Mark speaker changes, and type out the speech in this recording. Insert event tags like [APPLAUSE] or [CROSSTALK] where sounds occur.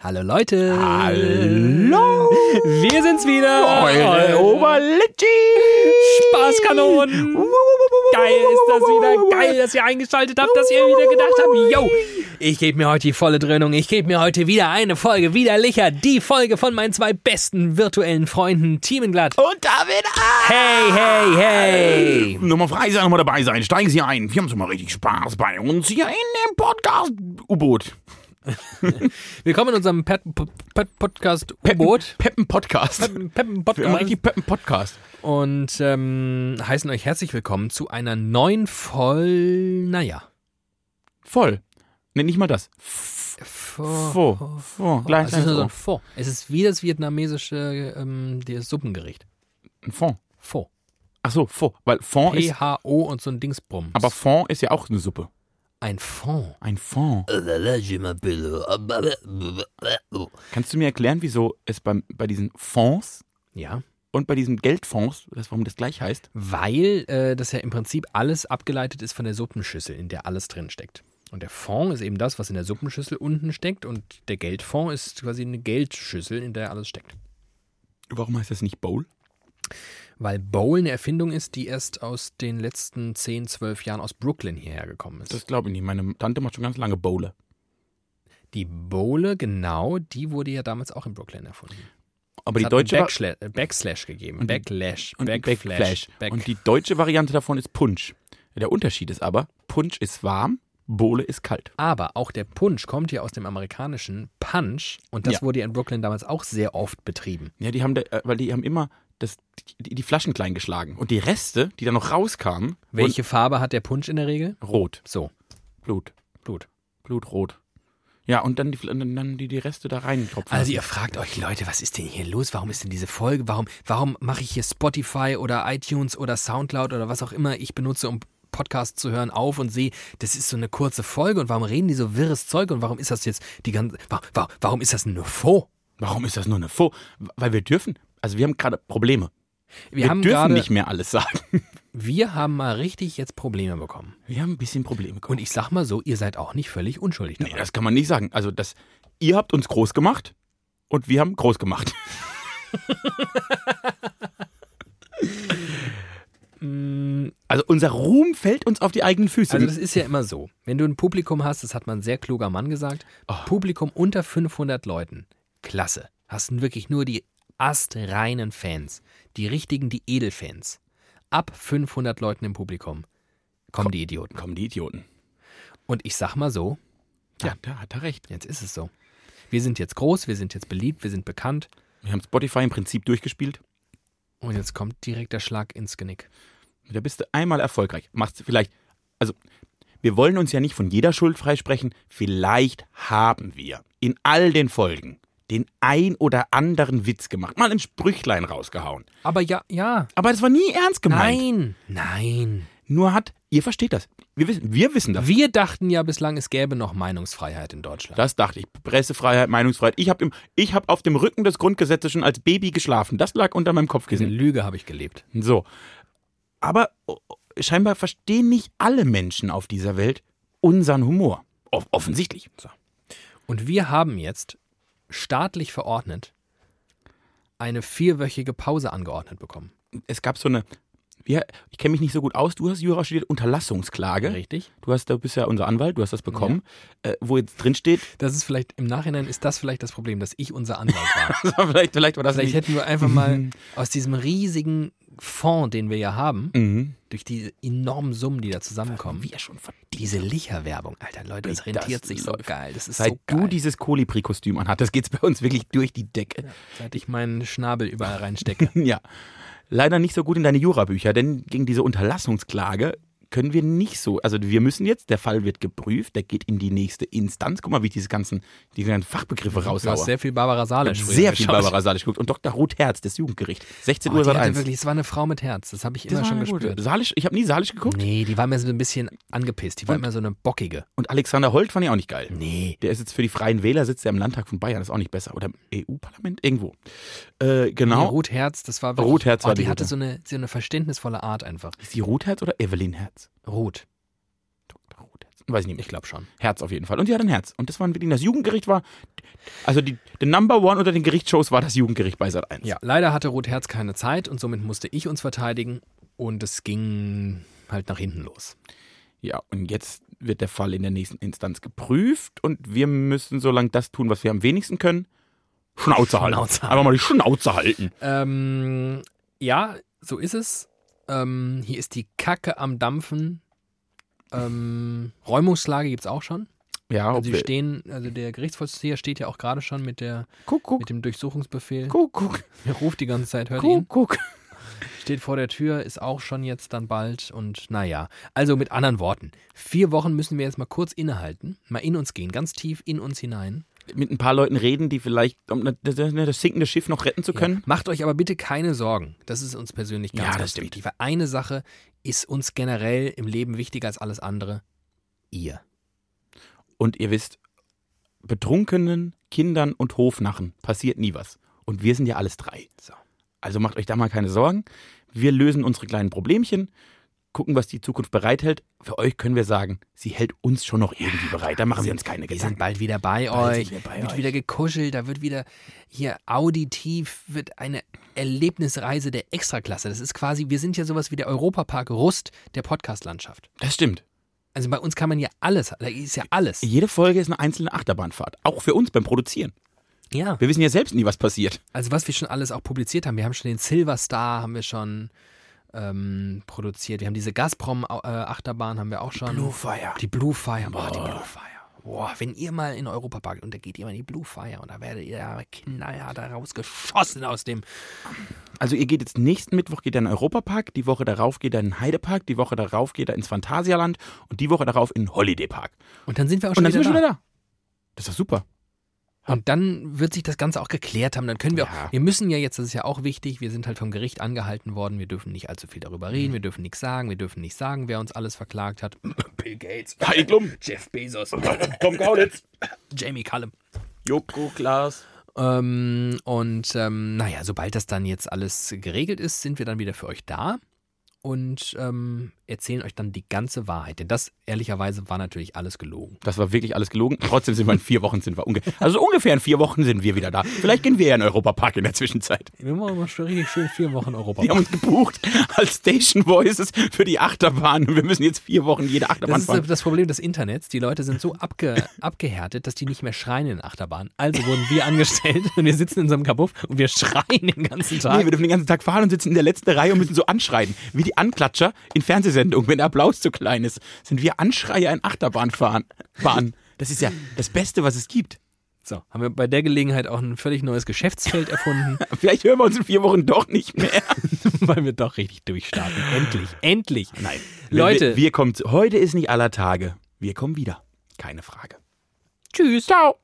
Speaker 1: Hallo Leute!
Speaker 2: Hallo!
Speaker 1: Wir sind's wieder!
Speaker 2: Eure Oberlitschi!
Speaker 1: Spaßkanonen! Geil ist das wieder, geil, dass ihr eingeschaltet habt, dass ihr wieder gedacht habt, yo, ich gebe mir heute die volle Dröhnung, ich gebe mir heute wieder eine Folge widerlicher, die Folge von meinen zwei besten virtuellen Freunden, Teamenglatt.
Speaker 2: Und David A!
Speaker 1: Hey, hey, hey!
Speaker 2: Nochmal frei sein, nochmal dabei sein. Steigen Sie ein. Wir haben schon mal richtig Spaß bei uns hier in dem Podcast. U-Boot.
Speaker 1: Willkommen in unserem Pet, Pet Podcast U-Boot.
Speaker 2: Peppen Podcast.
Speaker 1: Peppen
Speaker 2: Wir haben
Speaker 1: Podcast.
Speaker 2: richtig Peppen Podcast.
Speaker 1: Und ähm, heißen euch herzlich willkommen zu einer neuen Voll. Naja.
Speaker 2: Voll. Ne, nicht mal das. Oh,
Speaker 1: Voll.
Speaker 2: Vor. Vor. Gleich
Speaker 1: Es ist nur so ein
Speaker 2: ein
Speaker 1: Pho. Es ist wie das vietnamesische ähm, die- Suppengericht.
Speaker 2: Fond.
Speaker 1: Pho.
Speaker 2: Ach so, Fond. Weil Fond ist.
Speaker 1: P-H-O und so ein Dingsbrumm.
Speaker 2: Aber Fond ist ja auch eine Suppe.
Speaker 1: ein Fond.
Speaker 2: Ein Fond. Kannst du mir erklären, wieso es beim, bei diesen Fonds
Speaker 1: Ja,
Speaker 2: und bei diesen Geldfonds, das, warum das gleich heißt?
Speaker 1: weil äh, das ja im Prinzip alles abgeleitet ist von der Suppenschüssel, in der alles drin steckt. Und der Fond ist eben das, was in der Suppenschüssel unten steckt und der Geldfond ist quasi eine Geldschüssel, in der alles steckt.
Speaker 2: Warum heißt das nicht Bowl?
Speaker 1: Weil Bowl eine Erfindung ist, die erst aus den letzten 10, 12 Jahren aus Brooklyn hierher gekommen ist.
Speaker 2: Das glaube ich nicht. Meine Tante macht schon ganz lange Bowle.
Speaker 1: Die Bowle, genau, die wurde ja damals auch in Brooklyn erfunden.
Speaker 2: Aber die
Speaker 1: Es hat
Speaker 2: deutsche
Speaker 1: einen
Speaker 2: Wa-
Speaker 1: Backslash, äh, Backslash gegeben.
Speaker 2: Und die-
Speaker 1: Backlash.
Speaker 2: und ein
Speaker 1: Backflash.
Speaker 2: Backflash.
Speaker 1: Back
Speaker 2: Und die deutsche Variante davon ist Punsch. Der Unterschied ist aber, Punsch ist warm, Bowle ist kalt.
Speaker 1: Aber auch der Punch kommt ja aus dem amerikanischen Punch und das
Speaker 2: Ja.
Speaker 1: wurde ja in Brooklyn damals auch sehr oft betrieben.
Speaker 2: Ja, die haben, da, äh, weil die haben immer das, die, die Flaschen klein geschlagen. Und die Reste, die da noch rauskamen,
Speaker 1: Welche Farbe hat der Punch in der Regel?
Speaker 2: wurden rot,
Speaker 1: So,
Speaker 2: Blut,
Speaker 1: Blut.
Speaker 2: Blutrot. Ja, und dann die, Fl- und dann die, die Reste da reintropfen.
Speaker 1: Also ihr fragt euch, Leute, was ist denn hier los? Warum ist denn diese Folge? Warum, warum mache ich hier Spotify oder iTunes oder Soundcloud oder was auch immer ich benutze, um Podcasts zu hören, auf und sehe, das ist so eine kurze Folge und warum reden die so wirres Zeug und warum ist das jetzt die ganze, wa- wa- warum ist das ein Faux?
Speaker 2: Warum ist das nur eine Faux? Weil wir dürfen, also wir haben gerade Probleme.
Speaker 1: Wir, haben
Speaker 2: dürfen
Speaker 1: gerade,
Speaker 2: nicht mehr alles sagen.
Speaker 1: wir haben mal richtig jetzt Probleme bekommen.
Speaker 2: [LAUGHS] Wir haben ein bisschen Probleme.
Speaker 1: Und ich sag mal so, ihr seid auch nicht völlig unschuldig dabei.
Speaker 2: Nee, das kann man nicht sagen. Also, das, ihr habt uns groß gemacht und wir haben groß gemacht. [LAUGHS] also, unser Ruhm fällt uns auf die eigenen Füße.
Speaker 1: Also das ist ja immer so. Wenn du ein Publikum hast, das hat man sehr kluger Mann gesagt, Publikum unter 500 Leuten, klasse. Hast nun wirklich nur die astreinen Fans, die richtigen, die Edelfans. Ab 500 Leuten im Publikum kommen die Idioten.
Speaker 2: Kommen die Idioten.
Speaker 1: Und ich sag mal so,
Speaker 2: Ja, da hat er recht.
Speaker 1: jetzt ist es so. Wir sind jetzt groß, wir sind jetzt beliebt, wir sind bekannt.
Speaker 2: Wir haben Spotify im Prinzip durchgespielt.
Speaker 1: Und jetzt kommt direkt der Schlag ins Genick.
Speaker 2: Da bist du einmal erfolgreich. Machst du vielleicht. Also, wir wollen uns ja nicht von jeder Schuld freisprechen. Vielleicht haben wir in all den Folgen den ein oder anderen Witz gemacht, mal ein Sprüchlein rausgehauen.
Speaker 1: Aber ja, ja.
Speaker 2: Aber das war nie ernst gemeint.
Speaker 1: Nein, nein.
Speaker 2: Nur hat, ihr versteht das. Wir wissen, wir wissen das.
Speaker 1: Wir dachten ja bislang, es gäbe noch Meinungsfreiheit in Deutschland.
Speaker 2: Das dachte ich. Pressefreiheit, Meinungsfreiheit. Ich habe hab auf dem Rücken des Grundgesetzes schon als Baby geschlafen. Das lag unter meinem
Speaker 1: Diese
Speaker 2: Kopfkissen.
Speaker 1: Lüge habe ich gelebt.
Speaker 2: So. Aber oh, oh, scheinbar verstehen nicht alle Menschen auf dieser Welt unseren Humor. O offensichtlich. So.
Speaker 1: Und wir haben jetzt staatlich verordnet eine vierwöchige Pause angeordnet bekommen.
Speaker 2: Es gab so eine. Ja, ich kenne mich nicht so gut aus. Du hast Jura studiert, Unterlassungsklage.
Speaker 1: Richtig?
Speaker 2: Du, hast, du bist ja unser Anwalt, du hast das bekommen. Äh, wo jetzt drin steht,
Speaker 1: [LAUGHS] Das ist vielleicht, im Nachhinein ist das vielleicht das Problem, dass ich unser Anwalt war.
Speaker 2: vielleicht, vielleicht war [LAUGHS] das
Speaker 1: vielleicht
Speaker 2: nicht.
Speaker 1: hätten wir einfach
Speaker 2: [LAUGHS]
Speaker 1: mal aus diesem riesigen Fonds, den wir ja haben,
Speaker 2: Mhm.
Speaker 1: durch diese enormen Summen, die da zusammenkommen.
Speaker 2: Wie er schon verdient.
Speaker 1: Diese Licher-Werbung, Alter, Leute, das
Speaker 2: Wie
Speaker 1: rentiert
Speaker 2: das
Speaker 1: sich so
Speaker 2: läuft.
Speaker 1: geil. Das ist
Speaker 2: Seit
Speaker 1: so geil.
Speaker 2: du dieses Kolibri-Kostüm anhattest, geht's bei uns wirklich durch die Decke.
Speaker 1: Seit ich meinen Schnabel überall
Speaker 2: [LAUGHS]
Speaker 1: reinstecke.
Speaker 2: Ja. Leider nicht so gut in deine Jurabücher, denn gegen diese Unterlassungsklage können wir nicht so. Also wir müssen jetzt, der Fall wird geprüft, der geht in die nächste Instanz. Guck mal, wie ich diese ganzen, diese ganzen Fachbegriffe
Speaker 1: Du hast
Speaker 2: raushaue.
Speaker 1: sehr viel Barbara
Speaker 2: Ich
Speaker 1: Salisch.
Speaker 2: hab
Speaker 1: früher
Speaker 2: sehr viel
Speaker 1: geschaut.
Speaker 2: Barbara Salisch geguckt und Dr. Ruth Herz, des Jugendgericht. 16
Speaker 1: Oh,
Speaker 2: Uhr
Speaker 1: die
Speaker 2: seit
Speaker 1: hatte
Speaker 2: 1.
Speaker 1: wirklich, es war eine Frau mit Herz. Das habe ich immer schon gespürt.
Speaker 2: Salisch, ich habe nie Salisch geguckt.
Speaker 1: Nee, die war mir so ein bisschen angepisst. Die war immer so eine bockige.
Speaker 2: Und Alexander Holt fand ich auch nicht geil.
Speaker 1: Nee.
Speaker 2: Der ist jetzt für die Freien Wähler, sitzt der im Landtag von Bayern, ist auch nicht besser. Oder im EU-Parlament, irgendwo. Äh,
Speaker 1: Genau.
Speaker 2: genau.
Speaker 1: Ruth Herz, das war wirklich,
Speaker 2: Ruth Herz
Speaker 1: oh,
Speaker 2: war
Speaker 1: die,
Speaker 2: die
Speaker 1: hatte
Speaker 2: Gute.
Speaker 1: so eine, so eine verständnisvolle Art einfach.
Speaker 2: Ist die Ruth Herz oder Evelyn Herz?
Speaker 1: Ruth.
Speaker 2: Dr. Ruth Herz. Weiß ich nicht mehr.
Speaker 1: Ich glaube schon.
Speaker 2: Herz auf jeden Fall. Und sie hat ein Herz. Und das war in Berlin. Das Jugendgericht war. Also die, the number one unter den Gerichtsshows war das Jugendgericht bei Sat 1.
Speaker 1: Ja, leider hatte Rot Herz keine Zeit und somit musste ich uns verteidigen und es ging halt nach hinten los.
Speaker 2: Ja, und jetzt wird der Fall in der nächsten Instanz geprüft und wir müssen so lange das tun, was wir am wenigsten können. Schnauze halten.
Speaker 1: Schnauze halten.
Speaker 2: Einfach mal die Schnauze halten.
Speaker 1: Ähm, ja, so ist es. Ähm, hier ist die Kacke am Dampfen. Ähm, Räumungslage gibt es auch schon.
Speaker 2: Ja,
Speaker 1: Also,
Speaker 2: ob
Speaker 1: sie
Speaker 2: wir,
Speaker 1: stehen, also der Gerichtsvollzieher steht ja auch gerade schon mit, der,
Speaker 2: guck, guck,
Speaker 1: mit dem Durchsuchungsbefehl.
Speaker 2: guck, guck,
Speaker 1: Er ruft die ganze Zeit, hört ihn.
Speaker 2: guck, guck.
Speaker 1: Steht vor der Tür, ist auch schon jetzt dann bald und naja. Also mit anderen Worten, vier Wochen müssen wir jetzt mal kurz innehalten, mal in uns gehen, ganz tief in uns hinein.
Speaker 2: Mit ein paar Leuten reden, die vielleicht, um das, das- das sinkende Schiff noch retten zu
Speaker 1: Ja.
Speaker 2: können.
Speaker 1: Macht euch aber bitte keine Sorgen. Das ist uns persönlich ganz,
Speaker 2: Ja, das
Speaker 1: ganz
Speaker 2: stimmt.
Speaker 1: wichtig. Weil eine Sache ist uns generell im Leben wichtiger als alles andere. Ihr.
Speaker 2: Und ihr wisst, betrunkenen Kindern und Hofnachen passiert nie was. Und wir sind ja alles drei.
Speaker 1: So.
Speaker 2: Also macht euch da mal keine Sorgen. Wir lösen unsere kleinen Problemchen, gucken, was die Zukunft bereithält. Für euch können wir sagen, sie hält uns schon noch irgendwie bereit. Da machen wir uns keine
Speaker 1: Wir sind
Speaker 2: Gedanken.
Speaker 1: bald wieder bei
Speaker 2: Bald sind
Speaker 1: euch.
Speaker 2: wir bei
Speaker 1: wird
Speaker 2: euch.
Speaker 1: wieder gekuschelt, da wird wieder hier auditiv, wird eine Erlebnisreise der Extraklasse. Das ist quasi, wir sind ja sowas wie der Europapark Rust der Podcastlandschaft.
Speaker 2: Das stimmt.
Speaker 1: Also bei uns kann man ja alles, da ist ja alles.
Speaker 2: Jede Folge ist eine einzelne Achterbahnfahrt. Auch für uns beim Produzieren.
Speaker 1: Ja.
Speaker 2: Wir wissen ja selbst nie, was passiert.
Speaker 1: Also was wir schon alles auch publiziert haben, wir haben schon den Silver Star, haben wir schon ähm, produziert, wir haben diese Gazprom äh, Achterbahn, haben wir auch schon.
Speaker 2: Fire.
Speaker 1: Die Blue Fire, boah, die Blue Fire. Boah, wenn ihr mal in Europa parkt und da geht ihr mal in die Blue Fire und da werdet ihr ja knallhart da rausgeschossen aus dem.
Speaker 2: Also ihr geht jetzt nächsten Mittwoch geht er in den Europapark, die Woche darauf geht er in den Heidepark, die Woche darauf geht er ins Phantasialand und die Woche darauf in den Holiday Park.
Speaker 1: Und dann sind wir auch
Speaker 2: Und
Speaker 1: Oh, schon,
Speaker 2: dann sind wir
Speaker 1: wieder,
Speaker 2: schon
Speaker 1: da.
Speaker 2: wieder da. Das ist doch super.
Speaker 1: Und dann wird sich das Ganze auch geklärt haben. Dann können wir
Speaker 2: Ja.
Speaker 1: auch, wir müssen ja jetzt, das ist ja auch wichtig, wir sind halt vom Gericht angehalten worden, wir dürfen nicht allzu viel darüber reden, wir dürfen nichts sagen, wir dürfen nicht sagen, wer uns alles verklagt hat. [COUGHS] Bill Gates,
Speaker 2: Heidi Klum,
Speaker 1: [COUGHS] Jeff Bezos,
Speaker 2: Tom Kaulitz,
Speaker 1: Jamie Cullum.
Speaker 2: Joko Klaas.
Speaker 1: Ähm, und ähm, naja, sobald das dann jetzt alles geregelt ist, sind wir dann wieder für euch da und ähm, erzählen euch dann die ganze Wahrheit. Denn das, ehrlicherweise, war natürlich alles gelogen.
Speaker 2: Das war wirklich alles gelogen. Trotzdem sind wir in vier Wochen sind wir unge also ungefähr in vier Wochen sind wir wieder da. Vielleicht gehen wir ja in den Europapark in der Zwischenzeit.
Speaker 1: Wir machen mal schon richtig schön vier Wochen [LAUGHS] Europa.
Speaker 2: Die haben uns gebucht als Station Voices für die Achterbahn und wir müssen jetzt vier Wochen jede Achterbahn
Speaker 1: Das ist äh,
Speaker 2: fahren.
Speaker 1: das Problem des Internets. Die Leute sind so abge abgehärtet, dass die nicht mehr schreien in Achterbahn. Also wurden wir angestellt [LAUGHS] und wir sitzen in so einem Kabuff und wir schreien den ganzen
Speaker 2: Nee,
Speaker 1: Tag.
Speaker 2: wir dürfen den ganzen Tag fahren und sitzen in der letzten Reihe und müssen so anschreien. Wie die Anklatscher in Fernsehsendungen, wenn der Applaus zu klein ist, sind wir Anschreier in Achterbahn fahren. Bahn. Das ist ja das Beste, was es gibt.
Speaker 1: So, haben wir bei der Gelegenheit auch ein völlig neues Geschäftsfeld erfunden, [LAUGHS]
Speaker 2: Vielleicht hören wir uns in vier Wochen doch nicht mehr.
Speaker 1: weil wir doch richtig durchstarten. Endlich, endlich.
Speaker 2: Nein.
Speaker 1: Leute.
Speaker 2: Wir, wir kommen, zu- heute ist nicht aller Tage. Wir kommen wieder. Keine Frage.
Speaker 1: Tschüss.
Speaker 2: Ciao.